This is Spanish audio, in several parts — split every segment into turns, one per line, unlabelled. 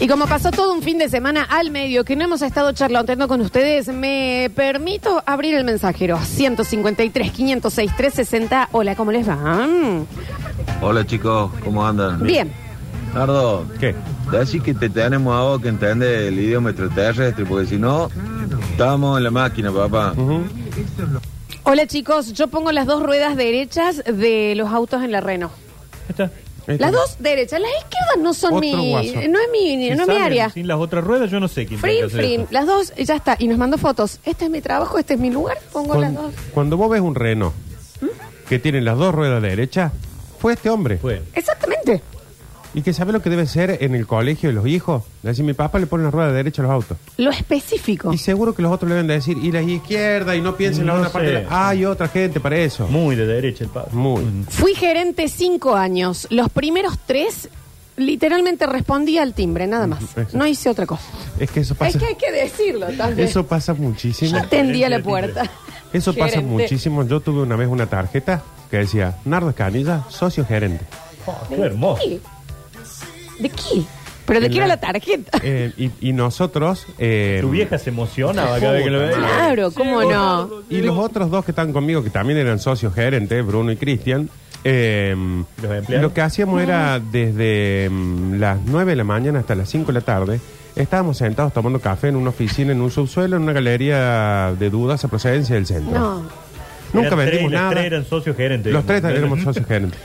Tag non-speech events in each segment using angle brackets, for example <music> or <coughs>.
Y como pasó todo un fin de semana al medio que no hemos estado charlando con ustedes, me permito abrir el mensajero. 153 506 360. Hola, ¿cómo les va?
Hola chicos, ¿cómo andan?
Bien.
Nardo,
¿Qué?
decís que te tenemos a vos que entendés el idioma extraterrestre, porque si no, estamos en la máquina, papá.
Hola, chicos. Yo pongo las dos ruedas derechas de los autos en la Renault.
Está.
Las dos derechas, las izquierdas no son
Otro
mi.
guaso.
No es mi,
Si
no es mi
salen
área.
Sin las otras ruedas yo no sé quién tiene
Frim,
que hacer
frim,
esto.
las dos, y ya está. Y nos mandó fotos. Este es mi trabajo, este es mi lugar, pongo las
Cuando,
dos. ¿Mm?
cuando vos ves un Renault que tiene las dos ruedas derechas, fue este hombre.
Fue.
Exactamente.
Y que sabe lo que debe ser en el colegio de los hijos. Decir, mi papá le pone la rueda derecha a los autos.
Lo específico.
Y seguro que los otros le van a decir, y la izquierda, y no piensen en la
No
otra
sé.
parte. de la- Hay otra gente para eso.
Muy de derecha el padre.
Muy.
Fui gerente cinco años. Los primeros tres, literalmente respondí al timbre, nada más. No hice otra cosa.
Es que eso
Es
pasa.
que hay que decirlo también.
Eso pasa
Yo
muchísimo.
atendía la puerta.
Eso pasa
Gerente.
muchísimo. Yo tuve una vez una tarjeta que decía, Nardo Canilla, socio
<laughs>
gerente.
Oh, qué hermoso.
Sí. ¿De qué? ¿Pero de
En
qué era
la-
la tarjeta?
Eh, y, y nosotros... eh,
Tu vieja se emocionaba cada vez que lo veía.
Claro, cómo no.
Y los otros dos que están conmigo, que también eran socios gerentes, Bruno y Cristian, eh,
¿Los empleados?
lo que hacíamos era desde mm, las 9 de la mañana hasta las 5 de la tarde, estábamos sentados tomando café en una oficina, en un subsuelo, en una galería de dudas a procedencia del centro.
No.
Nunca
Eran tres,
vendimos
y los
nada.
tres eran socios gerentes.
Los tres
digamos.
también éramos socios
<laughs>
gerentes.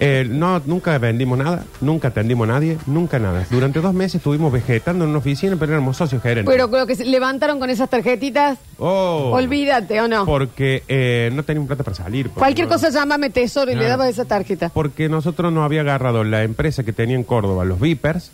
Eh, no, nunca vendimos nada, nunca atendimos a nadie, nunca nada. Durante dos meses estuvimos vegetando en una oficina, pero éramos socios gerentes.
Pero creo que se levantaron con esas tarjetitas,
Oh.
olvídate o no.
Porque eh, no teníamos plata para salir. porque
Cualquier
no-
cosa llámame tesoro y le
Claro.
dabas esa tarjeta.
Porque nosotros nos había agarrado la empresa que tenía en Córdoba, los Vipers,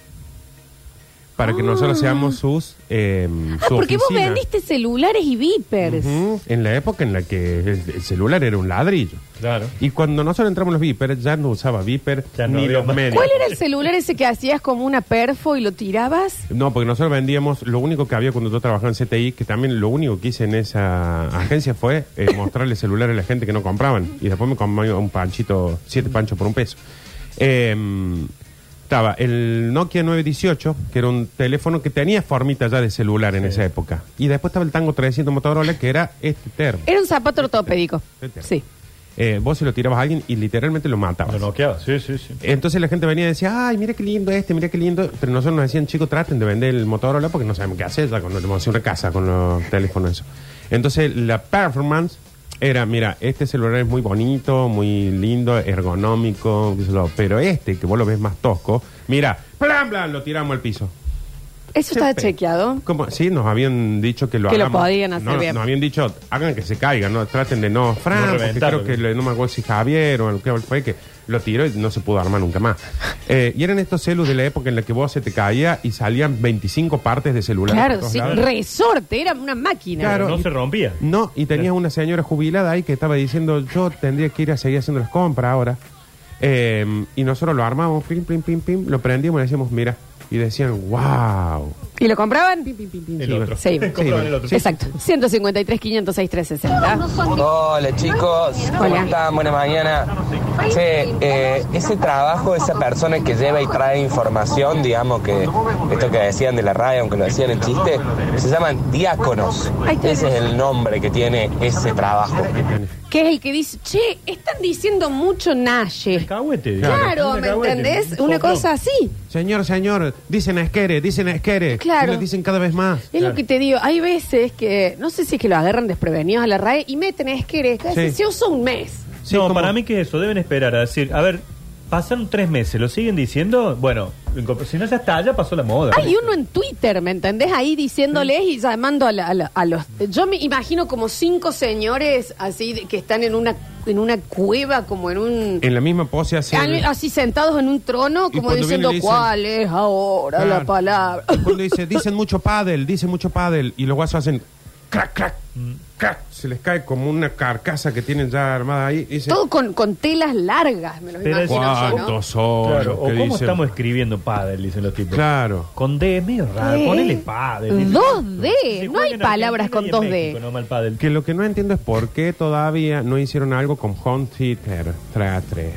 para que nosotros seamos sus. Eh,
Ah,
su
porque vos
oficina.
vendiste celulares y vipers.
Ujú, En la época en la que el, el celular era un ladrillo.
Claro.
Y cuando nosotros entramos los Vipers, ya no usaba Viper
Ya no
ni
había
los
más.
medios.
¿Cuál era el celular ese que hacías como una perfo y lo tirabas?
No, porque nosotros vendíamos, lo único que había cuando yo trabajaba en CTI, que también lo único que hice en esa agencia fue eh, mostrarle celular a la gente que no compraban. Y después me comí un panchito, siete panchos por un peso. Eh, estaba el Nokia 918, que era un teléfono que tenía formita ya de celular en esa época. Y después estaba el Tango 300 Motorola, que era este termo.
Era un zapato ortopédico.
Etcétera.
Sí.
Eh, vos se lo tirabas a alguien y literalmente lo matabas.
Lo noqueaba. Sí, sí, sí.
Entonces la gente venía y decía, ay, mira qué lindo este, mira qué lindo. Pero nosotros nos decían, chicos, traten de vender el Motorola porque no sabemos qué hacer, ya cuando tenemos una casa con los teléfonos. Eso. Entonces la performance era, mira, este celular es muy bonito, muy lindo, ergonómico, qué sé yo, pero este, que vos lo ves más tosco, mira, plan, plan, lo tiramos al piso.
Eso estaba
Este.
chequeado.
¿Cómo? Sí, nos habían dicho que lo
Que lo
hagamos.
podían hacer
No,
bien.
Nos habían dicho, hagan que se caiga, no traten de no, Fran, porque
reventarlo.
creo que lo- no me acuerdo si Javier o el que fue que lo tiró y no se pudo armar
<laughs>
nunca más. Eh, y eran estos celus de la época en la que vos se te caía y salían 25 partes de celular. por
Claro,
todos
sí.
lados.
Resorte, era una máquina.
Claro.
Pero no
y- Mm,
se rompía.
No, y tenías una señora jubilada ahí que estaba diciendo, yo tendría que ir a seguir haciendo las compras ahora. Eh, y nosotros lo armamos, pim, pim, pim, pim, lo prendíamos y le decíamos, mira. Y decían, wow.
¿Y lo compraban?
El otro. <laughs>
Sí.
Compraban el otro.
Exacto. 153, 506, 360.
Hola chicos, ¿cómo
Hola.
están? Buena mañana. Che, eh, ese trabajo, esa persona que lleva y trae información, digamos que esto que decían de la radio, aunque lo decían en chiste, se llaman diáconos.
Ahí está.
Ese es el nombre que tiene ese trabajo.
Que es el que dice, che, están diciendo mucho Naye.
Cahuete.
Claro, ¿me entendés? Una cosa así.
Señor, señor, dicen esquere, dicen esquere.
Claro.
Y lo dicen cada vez más.
Es lo que te digo, hay veces que, no sé si es que lo agarran desprevenidos a la RAE y meten es que eres,
Sí.
se usa un mes.
Sí,
no,
como-
para mí que eso, deben esperar a decir, a ver, pasaron tres meses, ¿lo siguen diciendo? Bueno, inco- si no ya está, ya pasó la moda.
Hay uno en Twitter, ¿me entendés? Ahí diciéndoles y llamando a, la- a la- a los... Yo me imagino como cinco señores así de- que están en una, en una cueva, como en un...
En la misma pose así.
al- así sentados en un trono,
Y
como
cuando
diciendo,
vienen y dicen-
¿cuál es ahora la
Claro.
palabra?
Y
<laughs>
Cuando dice, dicen mucho pádel, dicen mucho pádel. Y los guasos hacen crack, crack,
Mm.
crack. Se les cae como una carcasa que tienen ya armada ahí. Y dicen,
Todo con, con telas largas, me lo
Pero es-
imagino yo, ¿no?
¿cuántos son?
Claro, o
que
cómo
dicen?
estamos escribiendo padel, dicen los tipos.
Claro.
Con D, medio raro,
¿Qué?
ponele padel.
Dos D,
Se
no
juega
hay
en
palabras
Argentina
con
y en
dos D.
México, no mal pádel.
Que lo que no entiendo es por qué todavía no hicieron algo con Home Theater, Theatre.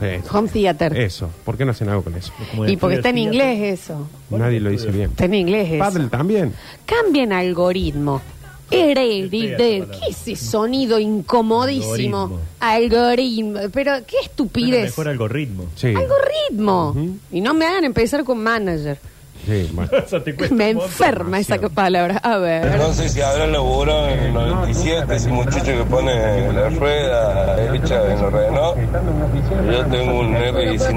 Sí.
Home theater.
Eso. ¿Por qué no hacen algo con eso?
Como
y porque está en
estudio de
inglés eso.
Nadie lo dice bien.
Está en inglés eso.
Paddle también.
Cambien algoritmo. Herediter.
Fea esa palabra.
¿Qué es ese sonido incomodísimo? Algoritmo. Pero qué
Suena
estupidez.
Mejor algoritmo.
Sí.
Algoritmo. Y no me hagan empezar con manager.
Sí, bueno.
Eso te cuesta
Me
un montón.
enferma esa palabra. A ver.
Entonces, si ahora laburo en el 97, ese muchacho que pone la rueda hecha en los Renault, yo tengo un R19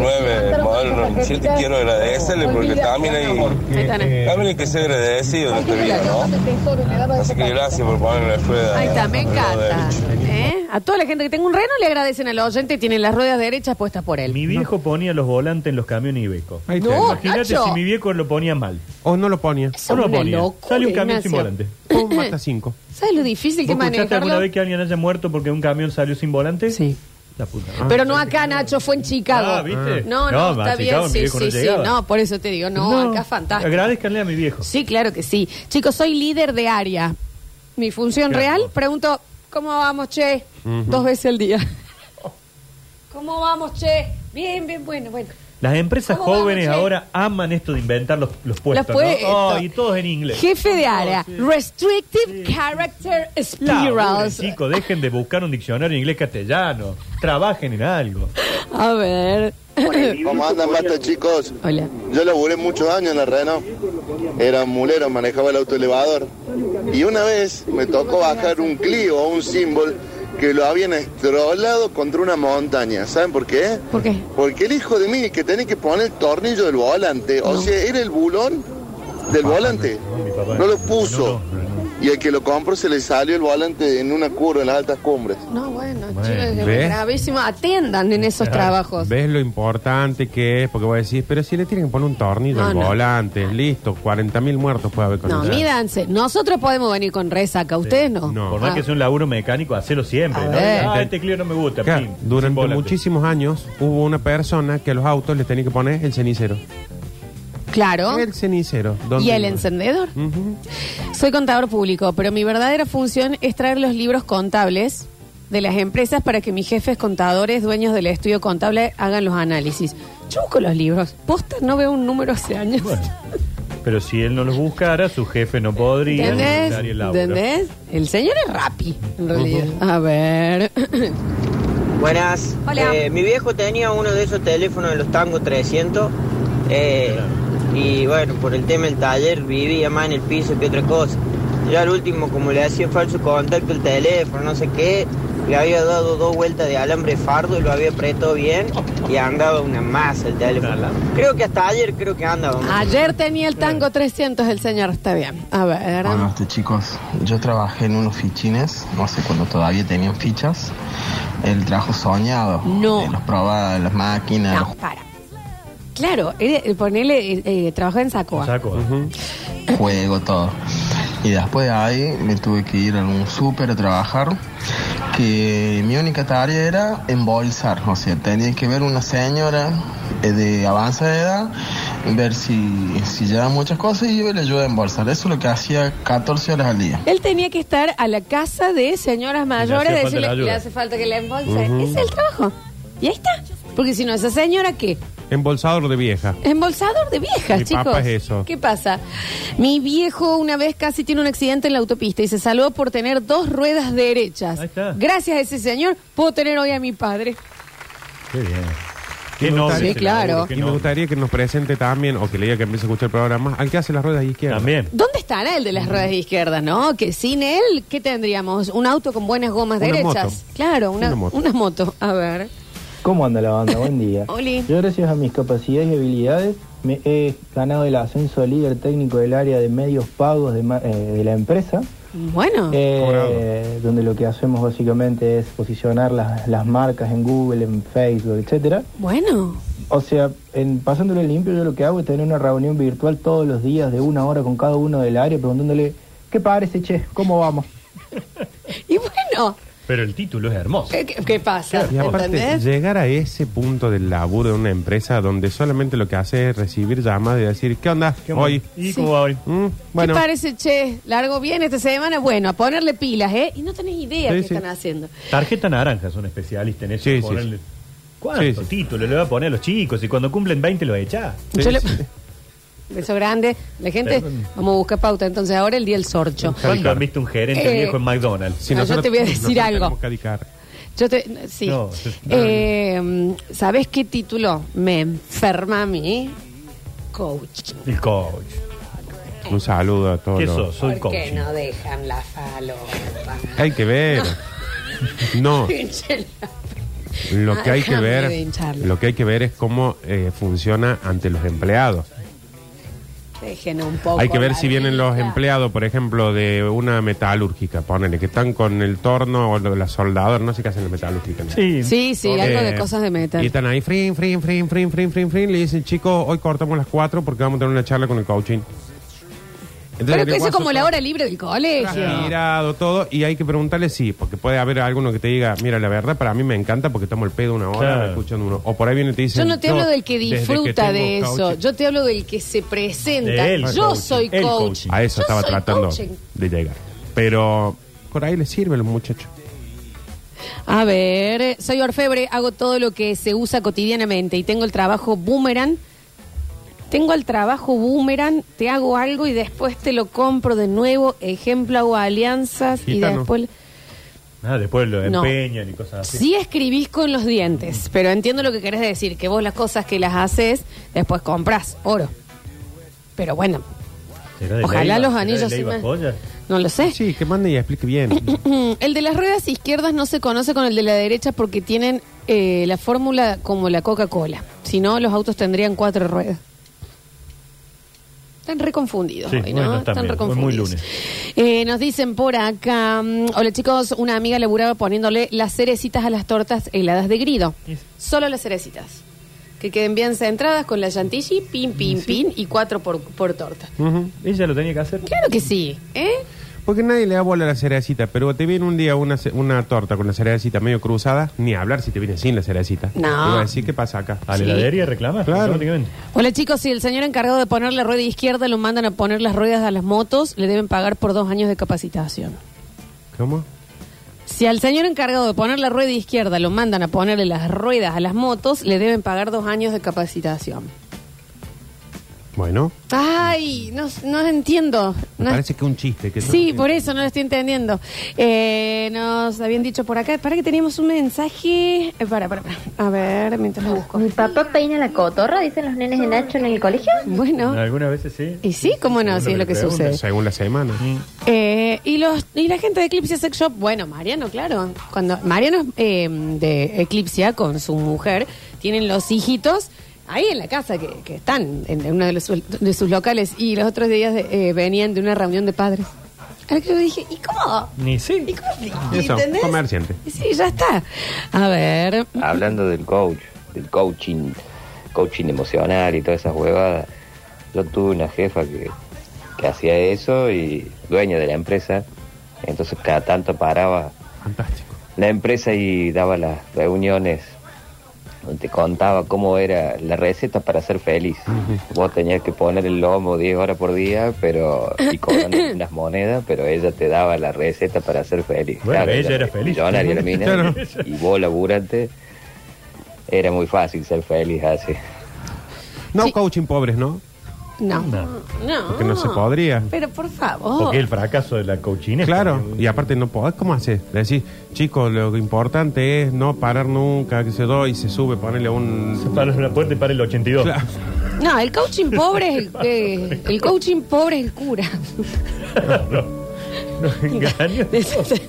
modelo 97 quiero agradecerle porque también hay,
Ahí están, eh.
también hay que ser agradecido en esta vida, ¿no? Así que gracias por poner la rueda.
Ahí está, me
al lado
encanta.
derecho.
¿Eh? A toda la gente que tenga un reno le agradecen al oyente y tienen las ruedas derechas puestas por él.
Mi viejo ponía los volantes en los camiones Ibeco.
Ahí está.
No,
Imagínate
Nacho.
si mi viejo lo ponía mal.
O no
<coughs>
lo ponía.
Es
O no lo
una
ponía.
locura,
Sale un camión
Ignacio.
sin volante.
O un mata cinco.
¿Sabes lo difícil que
¿Vos escuchaste alguna
manejarlo?
vez que alguien haya muerto porque un camión salió sin volante?
Sí.
La puta.
Pero no acá, Nacho, fue en Chicago.
Ah, ¿viste?
No,
No,
no,
a
está bien,
Chicago mi
sí,
viejo
sí,
no
sí.
llegaba.
No, por eso te digo, no, acá es fantástico.
Agradezcanle a mi viejo.
Sí, claro que sí. Chicos, soy líder de área. Mi función
Claro.
real, pregunto, ¿cómo vamos, che? Dos veces al día. <laughs> ¿Cómo vamos, che? Bien, bien, bueno, bueno.
Las empresas
¿Cómo vamos,
jóvenes
che?
ahora aman esto de inventar los, los puestos.
Los puestos.
¿no? Oh, y todos en inglés.
Jefe de área,
sí.
Restrictive Character
Laburen,
Spirals.
chicos, dejen de buscar un diccionario inglés-castellano. Trabajen en algo.
A ver. <laughs>
¿Cómo andan, basta, chicos?
Hola.
Yo laburé muchos años en la Renault. Era mulero, manejaba el autoelevador. Y una vez me tocó bajar un Clio o un símbolo que lo habían estrolado contra una montaña. ¿Saben por qué?
¿Por qué?
Porque el hijo de mí que tenía que poner el tornillo del volante, o sea, era el bulón del volante.
Ah, no, mi papá.
No lo puso.
No, no, no,
Y al que lo compró se le salió el volante en una curva en las altas cumbres.
No, bueno,
Bueno,
chicos, es
¿ves?
gravísimo. Atiendan en esos trabajos.
¿Ves lo importante que es? Porque vos decís, pero si le tienen que poner un tornillo
No,
al
no.
volante, listo, 40.000 muertos puede haber con
No,
eso.
mídanse. Nosotros podemos venir con resaca, ustedes no.
No.
Por más
Ah.
que sea un laburo mecánico, hacelo siempre.
A
¿no?
ver.
Ah, este Clio no me gusta.
Claro,
pim, sin
durante
volante.
muchísimos años hubo una persona que a los autos les tenía que poner el cenicero.
Claro.
El cenicero.
Y
¿dónde
el
iba?
encendedor. Soy contador público, pero mi verdadera función es traer los libros contables de las empresas para que mis jefes contadores, dueños del estudio contable, hagan los análisis. Yo busco los libros. Posta, no veo un número hace años.
Bueno, pero si él no los buscara, su jefe no podría
¿Entendés?
necesitar el laburo.
¿Entendés? El señor es rapi, en realidad. A ver. <clears throat>
Buenas.
Hola.
Eh, mi viejo tenía uno de esos teléfonos de los Tango 300. eh, Y bueno, por el tema del taller vivía más en el piso que otra cosa. Yo al último, como le hacía falso contacto el teléfono, no sé qué, le había dado dos vueltas de alambre fardo y lo había apretado bien y andaba una masa el teléfono. Creo que hasta ayer creo que andaba.
Ayer tenía el tango 300 el señor, está bien. A ver.
Bueno, este, chicos, yo trabajé en unos fichines, no sé cuando todavía tenían fichas, el trabajo soñado,
No.
de los probados, de las máquinas,
No, para. Claro, eh, ponele, eh, eh, trabajaba en Sacoa.
Saco.
los juegos, todo. Y después de ahí me tuve que ir a un súper a trabajar, que mi única tarea era embolsar, o sea, tenía que ver una señora eh, de avanzada edad, ver si, si lleva muchas cosas y yo le ayudaba a embolsar. Eso es lo que hacía 14 horas al día.
Él tenía que estar a la casa de señoras mayores,
falta
decirle
la ayuda.
le hace falta que la embolse. Ese es el trabajo. Y ahí está. Porque si no, esa señora, ¿qué?
Embolsador de vieja.
Embolsador de viejas,
Mi
chicos.
papá es eso.
¿Qué pasa? Mi viejo una vez casi tiene un accidente en la autopista y se salvó por tener dos ruedas derechas.
Ahí está.
Gracias a ese señor, puedo tener hoy a mi padre.
Qué bien. Qué noble.
Sí,
ese
claro.
laburo, qué
Y me
noble.
gustaría que nos presente también, o que le diga que empiece a escuchar el programa, al que hace las ruedas izquierdas.
También.
¿Dónde estará el de las ruedas izquierdas, no? Que sin él, ¿qué tendríamos? ¿Un auto con buenas gomas
Una
derechas?
moto.
Claro, una,
Una
moto.
moto.
una moto. A ver.
¿Cómo anda la banda? Buen día.
<laughs> Oli.
Yo gracias a mis capacidades y habilidades me he ganado el ascenso de líder técnico del área de medios pagos de, ma- eh, de la empresa,
Bueno.
eh,
Cobrado.
donde lo que hacemos básicamente es posicionar las, las marcas en Google, en Facebook, etcétera.
Bueno.
O sea, en pasándole limpio yo lo que hago es tener una reunión virtual todos los días de una hora con cada uno del área preguntándole ¿qué parece, che? ¿Cómo vamos?
<laughs> Y bueno.
Pero el título es hermoso.
¿Qué, qué- qué pasa?
Y aparte,
¿Entendés?
llegar a ese punto del laburo de una empresa donde solamente lo que hace es recibir llamadas y decir, ¿qué onda?
¿Qué onda?
hoy?
¿Y
Sí.
cómo va hoy?
Mm, bueno,
¿Qué parece, che? ¿Largo bien esta semana? Bueno, a ponerle pilas, ¿eh? Y no tenés idea
Sí,
qué
sí.
están haciendo.
Tarjeta naranja es un especialista en eso.
Sí, sí,
ponerle- ¿Cuánto
Sí, sí.
título le va a poner a los chicos? Y cuando cumplen 20 lo echa.
Yo le- <laughs> Beso grande. La gente, vamos a buscar pauta. Entonces, ahora el día del sorcho.
¿Cuándo han visto un gerente
Eh,
viejo en McDonald's?
No, yo te voy a decir
nosotros
algo. Eh,
tenemos que adicar.
Yo te. Sí.
No, yo-
Eh, ¿Sabes qué título me enferma a mí? Coach.
El coach.
Un saludo a todos.
¿Qué
los-
sos? Soy coach.
Porque no dejan la falopa.
<laughs> Hay
<laughs>
que ver. No, lo que hay que
Déjame de
ver,
hincharla.
lo que hay que ver es cómo eh, funciona ante los empleados.
Dejen un poco.
Hay que ver
la
si vienen los
vida.
empleados, por ejemplo, de una metalúrgica, ponele, que están con el torno o lo- la soldadora, no sé qué hacen en la metalúrgica. ¿no?
Sí.
Sí, sí, algo de
Eh,
cosas de metal.
Y están ahí, frin, frin, frin, frin, frin, frin, frin. Le dicen, chicos, hoy cortamos las cuatro porque vamos a tener una charla con el coaching. Entonces,
Pero que
el
eso es
guaso
como la
todo
hora libre del colegio.
transpirado, todo, y hay que preguntarle sí, porque puede haber alguno que te diga, mira, la verdad, para mí me encanta porque tomo el pedo una hora
Claro.
escuchando uno. O por ahí viene y te dice.
Yo no te hablo del que
desde
disfruta
tengo
de eso.
coaching".
Yo te hablo del que se presenta.
De él,
Yo
coaching.
soy
El
coach.
coaching.
A eso
Yo
estaba
soy
tratando
coaching.
de llegar. Pero por ahí le sirve a los muchachos.
A ver, soy orfebre, hago todo lo que se usa cotidianamente y tengo el trabajo boomerang. Tengo el trabajo boomerang, te hago algo y después te lo compro de nuevo. Ejemplo, hago alianzas y
Gitano.
después...
Ah, después lo
No.
empeñan y cosas así.
Sí escribís con los dientes, pero entiendo lo que querés decir, que vos las cosas que las haces, después compras oro. Pero bueno,
¿Será de
ojalá
Leiva?
los
¿Será de
anillos...
Leiva
sí me-
Joyas?
No lo sé.
Sí, que mande y
<laughs>
explique bien.
Mm, El de las ruedas izquierdas no se conoce con el de la derecha porque tienen eh, la fórmula como la Coca-Cola. Si no, los autos tendrían cuatro ruedas. Están reconfundidos
Sí,
hoy, ¿no?
bueno, están
Están
bien, fue muy
reconfundidos. Eh, nos dicen por acá, mm, hola chicos, una amiga laburaba poniéndole las cerecitas a las tortas heladas de grido.
Yes.
Solo las cerecitas. Que queden bien centradas con la chantilly, pin, pin, pin y cuatro por, por torta.
Ujú.
Ella lo tenía que hacer.
Claro que sí, ¿eh?
Porque nadie le da bola a la cerecita, pero te viene un día una, ce- una torta con la cerecita medio cruzada, ni hablar si te viene sin la cerecita.
No.
Te va a decir, ¿qué pasa acá?
A la
Sí.
heladería reclama.
Claro.
automáticamente.
Hola chicos, si el señor encargado de poner la rueda izquierda lo mandan a poner las ruedas a las motos, le deben pagar por dos años de capacitación.
¿Cómo?
Si al señor encargado de poner la rueda izquierda lo mandan a ponerle las ruedas a las motos, le deben pagar dos años de capacitación.
Bueno,
Ay, no, no entiendo.
me
No-
parece que un chiste. Que
Sí, por eso no lo estoy entendiendo. Eh, nos habían dicho por acá, para que teníamos un mensaje. Eh, para, para, para. A ver, mientras lo busco.
Mi papá peina la cotorra, dicen los nenes de Nacho en el colegio.
Bueno,
Algunas veces sí.
y sí, cómo no, si es lo que sucede.
Según la semana.
Eh, y los y la gente de Eclipse Sex Shop, bueno, Mariano, claro. cuando Mariano eh, de Eclipse con su mujer, tienen los hijitos ahí en la casa que, que están en uno de, los su- de sus locales y los otros días eh, venían de una reunión de padres. A lo que yo dije, ¿y cómo?
Ni sí.
¿Y cómo?
Eso,
¿Entendés?
comerciante.
Sí, ya está. A ver.
Hablando del coach, del coaching, coaching emocional y todas esas huevadas, yo tuve una jefa que, que hacía eso y dueña de la empresa, entonces cada tanto paraba
Fantástico.
la empresa y daba las reuniones donde te contaba cómo era la receta para ser feliz. Vos tenías que poner el lomo 10 horas por día pero y
<laughs>
cobrando unas monedas, pero ella te daba la receta para ser feliz.
Bueno, ella era feliz.
millonaria la mina,
Claro.
y vos laburante. Era muy fácil ser feliz así.
No
Sí.
coaching pobres, ¿no?
No.
No.
No.
Porque no se
Ah.
podría.
Pero por favor.
Porque el fracaso de la coachina.
Claro, y aparte no podés, ¿cómo haces? Le decís, chicos, lo importante es no parar nunca, que se doy y se sube, ponele
<laughs>
un...
Para la puerta y para el 82.
Claro.
No, el coaching pobre es el, eh, el coaching pobre es el cura.
<laughs>
<laughs>
No engaño.
Este,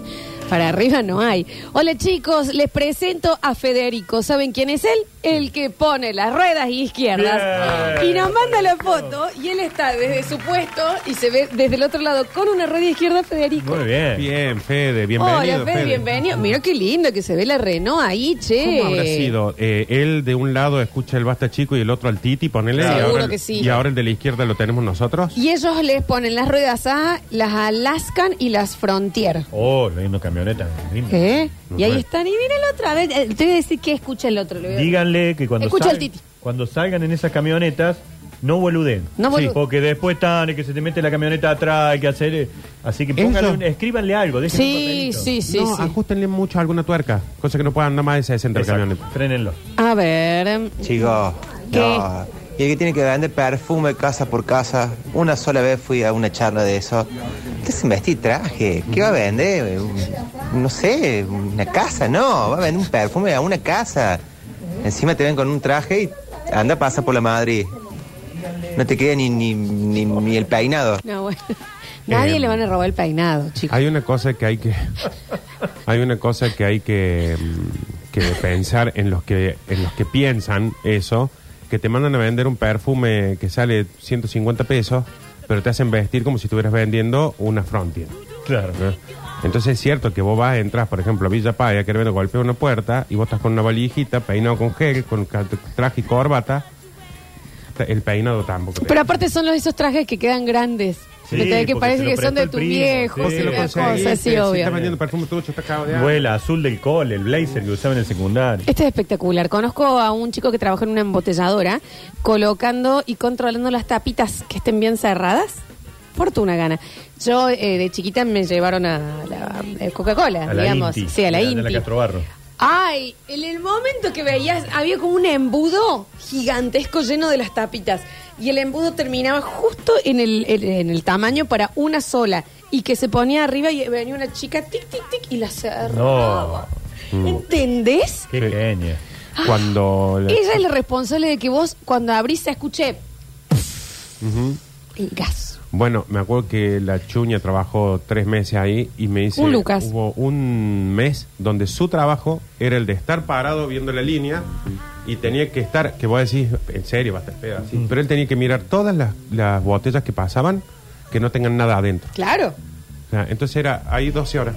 Para arriba no hay. Hola chicos, les presento a Federico. ¿Saben quién es él? El que pone las ruedas izquierdas.
Bien.
Y nos manda la foto y él está desde su puesto y se ve desde el otro lado con una rueda izquierda Federico.
Muy bien.
Bien, Fede, bienvenido.
Hola, Fede,
Fede.
bienvenido. Mira qué lindo que se ve la Renault ahí, che.
¿Cómo habrá sido? Eh, él de un lado escucha el basta chico y el otro al Titi, ponele.
Seguro
y ahora,
que sí.
Y ahora el de la izquierda lo tenemos nosotros.
Y ellos les ponen las ruedas A, las Alaskan y las Frontier.
Oh, lo lindo camioneta. lindo.
¿Eh? Y ahí
Bueno.
están. Y míralo otra vez. Eh, Te voy a decir que escucha el otro. le voy a-
Díganle que cuando,
Escucha
sal-
al Titi.
cuando salgan en esas camionetas, No boluden.
No boluden.
Porque después están, el que se te mete la camioneta atrás, hay que hacer. eh, Así que
Eso.
pónganle un- escríbanle algo. déjenle un
Sí,
papelito.
sí, sí,
no,
sí.
ajustenle mucho a alguna tuerca, cosa que no pueda andar más de 60 el
Exacto,
camión.
Frénenlo.
A ver.
Chicos,
¿Qué?
no. Y el que tiene que vender perfume casa por casa. Una sola vez fui a una charla de eso. Usted se vestí traje. ¿Qué va a vender? Un- No sé, una casa, no. Va a vender un perfume a una casa. Encima te ven con un traje y anda, pasa por la Madrid. No te queda ni, ni, ni, ni el peinado.
No, bueno. <laughs> Nadie
Em,
le van a robar el peinado, chicos.
Hay una cosa que hay que hay una cosa que hay que, mm, que pensar en los que en los que piensan eso, que te mandan a vender un perfume que sale 150 pesos, pero te hacen vestir como si estuvieras vendiendo una frontier.
Claro.
¿no? Entonces es cierto que vos vas, entras, por ejemplo, a Villa Paya, que golpea una puerta y vos estás con una valijita, peinado con gel, con ca- traje y corbata. El peinado tampoco. te-
Pero aparte son los esos trajes que quedan grandes.
Sí,
¿Entendés? que
porque
parece
se lo
que son
prestó
de
el
tu
primo,
viejo,
sí,
que
lo
una
conseguiste,
cosa así,
si
obvio.
estás vendiendo perfume trucho, estás cagado de hambre.
Vuela azul del cole, el blazer que usaban en el secundario.
Este es espectacular. Conozco a un chico que trabaja en una embotelladora colocando y controlando las tapitas que estén bien cerradas. Fortuna gana. Yo eh, de chiquita me llevaron a la eh, Coca-Cola,
A la
digamos.
Inti.
sí, a la
de De la
Inti.
Castro Barro.
Ay, en el momento que veías, había como un embudo gigantesco lleno de las tapitas. Y el embudo terminaba justo en el, en- en el tamaño para una sola. Y que se ponía arriba y venía una chica, tic, tic, tic, y la cerraba. ¿Entendés?
Qué
Sí.
genia.
Cuando. la-
Ella es la responsable de que vos, cuando abrís, se escuche
Ujú.
el gas.
Bueno, me acuerdo que la Chuña trabajó tres meses ahí y me dice
Un Lucas.
hubo un mes donde su trabajo era el de estar parado viendo la línea y tenía que estar, que vos decís, en serio, va a estar pedo así,
Mm.
pero él tenía que mirar todas las, las botellas que pasaban que no tengan nada adentro.
Claro.
O sea, entonces era ahí 12 horas.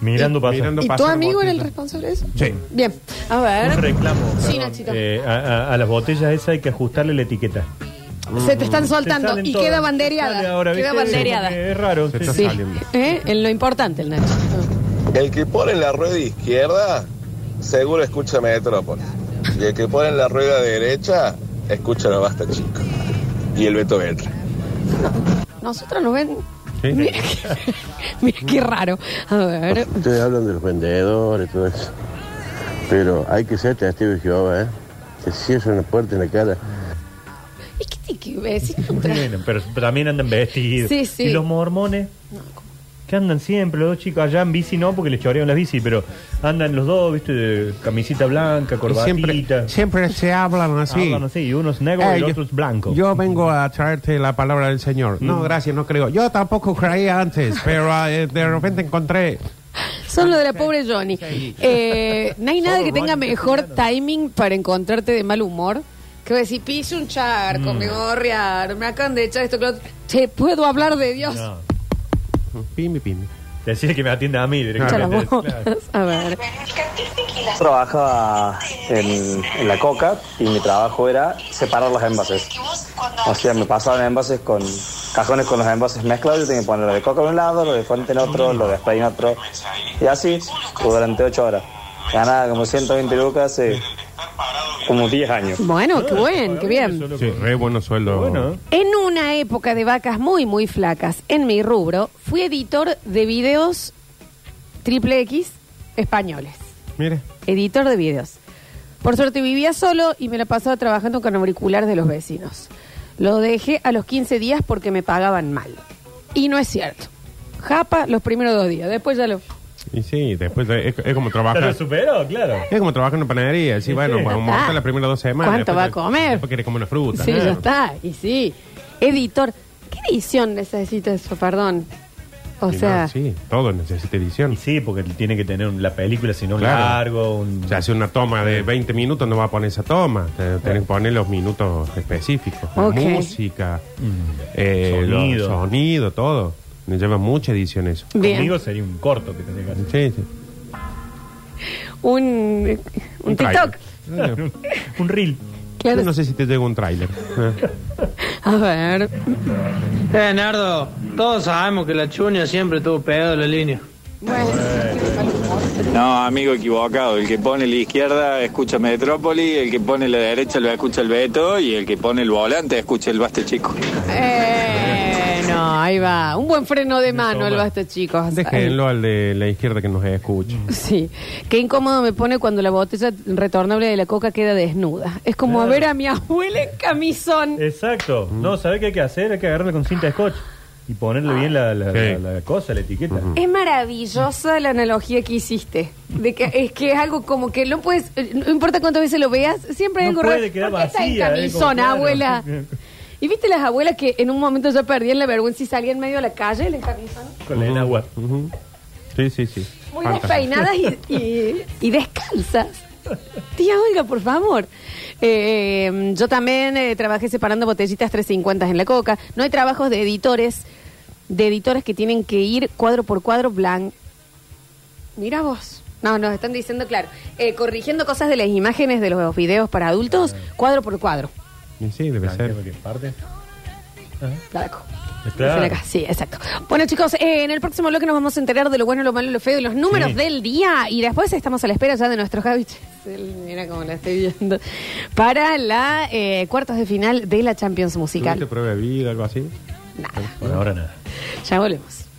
Mirando pasar.
mirando- No
¿Y tu
pasar
amigo era el
botellas.
responsable de eso?
Sí.
Bien. A
Un
ver.
reclamo.
Sí,
perdón.
Nachito.
Eh, a, a- a las botellas esas hay que ajustarle la etiqueta.
Se te están soltando
salen
y
todas.
queda
Sale
bandereada.
ahora,
queda
¿viste?
bandereada.
Porque Es raro.
Se
sí.
está
Sí.
saliendo.
¿Eh? En lo importante, el Nacho.
El que pone la rueda izquierda, seguro escucha Metrópolis. Y el que pone la rueda derecha, escucha la basta, chico. Y el Beto Beltra.
Nosotros nos ven.
Sí.
Mira,
<laughs>
qué, mira qué raro. A ver.
Ustedes hablan de los vendedores, todo eso. Pero hay que ser testigo de Jehová, ¿eh? Te cierran la puerta en la cara.
¿Y qué tiene que ver? Si no tra-
Bueno, pero <laughs> también andan vestidos.
Sí, sí.
¿Y los mormones? Que andan siempre, los dos chicos allá en bici no, porque les chorearon las bici, pero andan los dos, viste, de camisita blanca,
Y Siempre,
corbatita.
siempre se hablan así.
Hablan así, y uno es negro
Eh,
y el
yo-
otro es blanco. Mm.
Yo vengo a traerte la palabra del Señor. No, gracias, no creo. Yo tampoco creía antes, pero eh, de repente encontré.
Son lo de la pobre Johnny. Eh, no hay nada que tenga mejor timing para encontrarte de mal humor. Que decir, piso un
Mm.
charco, me gorrearon, me acaban de echar esto que lo otro. Che, ¿puedo hablar de Dios?
No,
Pimi, pimi.
decirle que me atienda a mí
Echa las
directamente. Claro.
bolas. A ver.
Trabajaba en, en la coca y mi trabajo era separar los envases. O sea, me pasaban envases con cajones con los envases mezclados. Yo tenía que poner lo de coca en un lado, lo de fuente en otro, lo de spray en otro. Y así durante 8 horas. Ganaba como 120 lucas hace como 10 años.
Bueno, qué buen, qué bien.
Solo
Sí,
con-
re bueno sueldo.
Bueno,
En una época de vacas muy, muy flacas en mi rubro, fui editor de videos triple X españoles.
Mire,
Editor de videos. Por suerte vivía solo y me la pasaba trabajando con auriculares de los vecinos. Lo dejé a los 15 días porque me pagaban mal. Y no es cierto. Japa los primeros dos días, después ya lo...
y sí, después de- es, es como
¿Ya
trabajar.
lo superó, claro.
Es como trabajar en una panadería. Sí,
Sí,
bueno,
sí.
vamos a
Ya está.
montar las primeras dos semanas.
¿Cuánto
después
va a
te-
comer?
Después quiere comer una fruta.
Sí,
claro.
ya está. Y sí. Editor. ¿Qué edición necesita eso? Perdón. O
Y no,
sea...
sí, todo necesita
Y
edición.
sí, porque tiene que tener un- la película, si no,
Claro.
largo. Un...
O sea, hace una toma de 20 minutos, no va a poner esa toma. Te- Tenés que poner los minutos específicos. La
Ok. Mm.
Música, eh,
Sonido.
sonido. sonido, todo. Me lleva mucha edición eso.
Bien.
Conmigo sería un corto que tendría que hacer.
Sí, sí.
un, un TikTok.
trailer. Eh,
un reel.
Claro.
yo Eh, No sé si te llega
<laughs>
un tráiler. Eh.
A ver.
Eh, Nardo, todos sabemos que la chuña siempre tuvo pegado la línea.
Bueno,
No, amigo equivocado. El que pone la izquierda escucha Metrópoli, el que pone la derecha lo escucha el Beto y el que pone el volante escucha el Baste Chico.
Eh, no, ahí va. Un buen freno de mano este el basta, chicos.
Déjenlo al de la izquierda que nos escuche.
Sí. Qué incómodo me pone cuando la botella retornable de la coca queda desnuda. Es como
Claro.
a ver a mi abuela en camisón.
Exacto. No, ¿sabes qué hay que hacer? Hay que agarrarla con cinta de scotch y ponerle bien la, la- la- la cosa, la etiqueta.
Es maravillosa la analogía que hiciste. De que es que es algo como que no puedes, eh, no importa cuántas veces lo veas, siempre hay
No
algo
puede
raro.
quedar
¿Por qué está en
vacía, eh,
camisón,
como claro. <laughs>
abuela? ¿Y viste las abuelas que en un momento ya perdían la vergüenza y salían medio a la calle en camisón?
Con la del agua.
Sí, sí, sí.
Muy
Fantástico.
despeinadas y, y- y descalzas. Tía Olga, por favor. Eh, yo también eh, trabajé separando botellitas 350 en la coca. No hay trabajos de editores, de editores que tienen que ir cuadro por cuadro blanco. Mira vos. No, nos están diciendo, claro, eh, corrigiendo cosas de las imágenes de los videos para adultos, cuadro por cuadro.
Y sí, debe ser.
Blanco.
Claro.
Dicen acá, Sí, exacto. Bueno, chicos, eh, en el próximo bloque nos vamos a enterar de lo bueno, lo malo, lo feo y los números
Sí.
del día. Y después estamos a la espera ya de nuestro Javi Chesel, Mira cómo la estoy viendo. Para la eh, cuartos de final de la Champions Musical.
¿Tuviste prueba de vida, algo así?
Nada.
Por ahora nada.
Ya volvemos.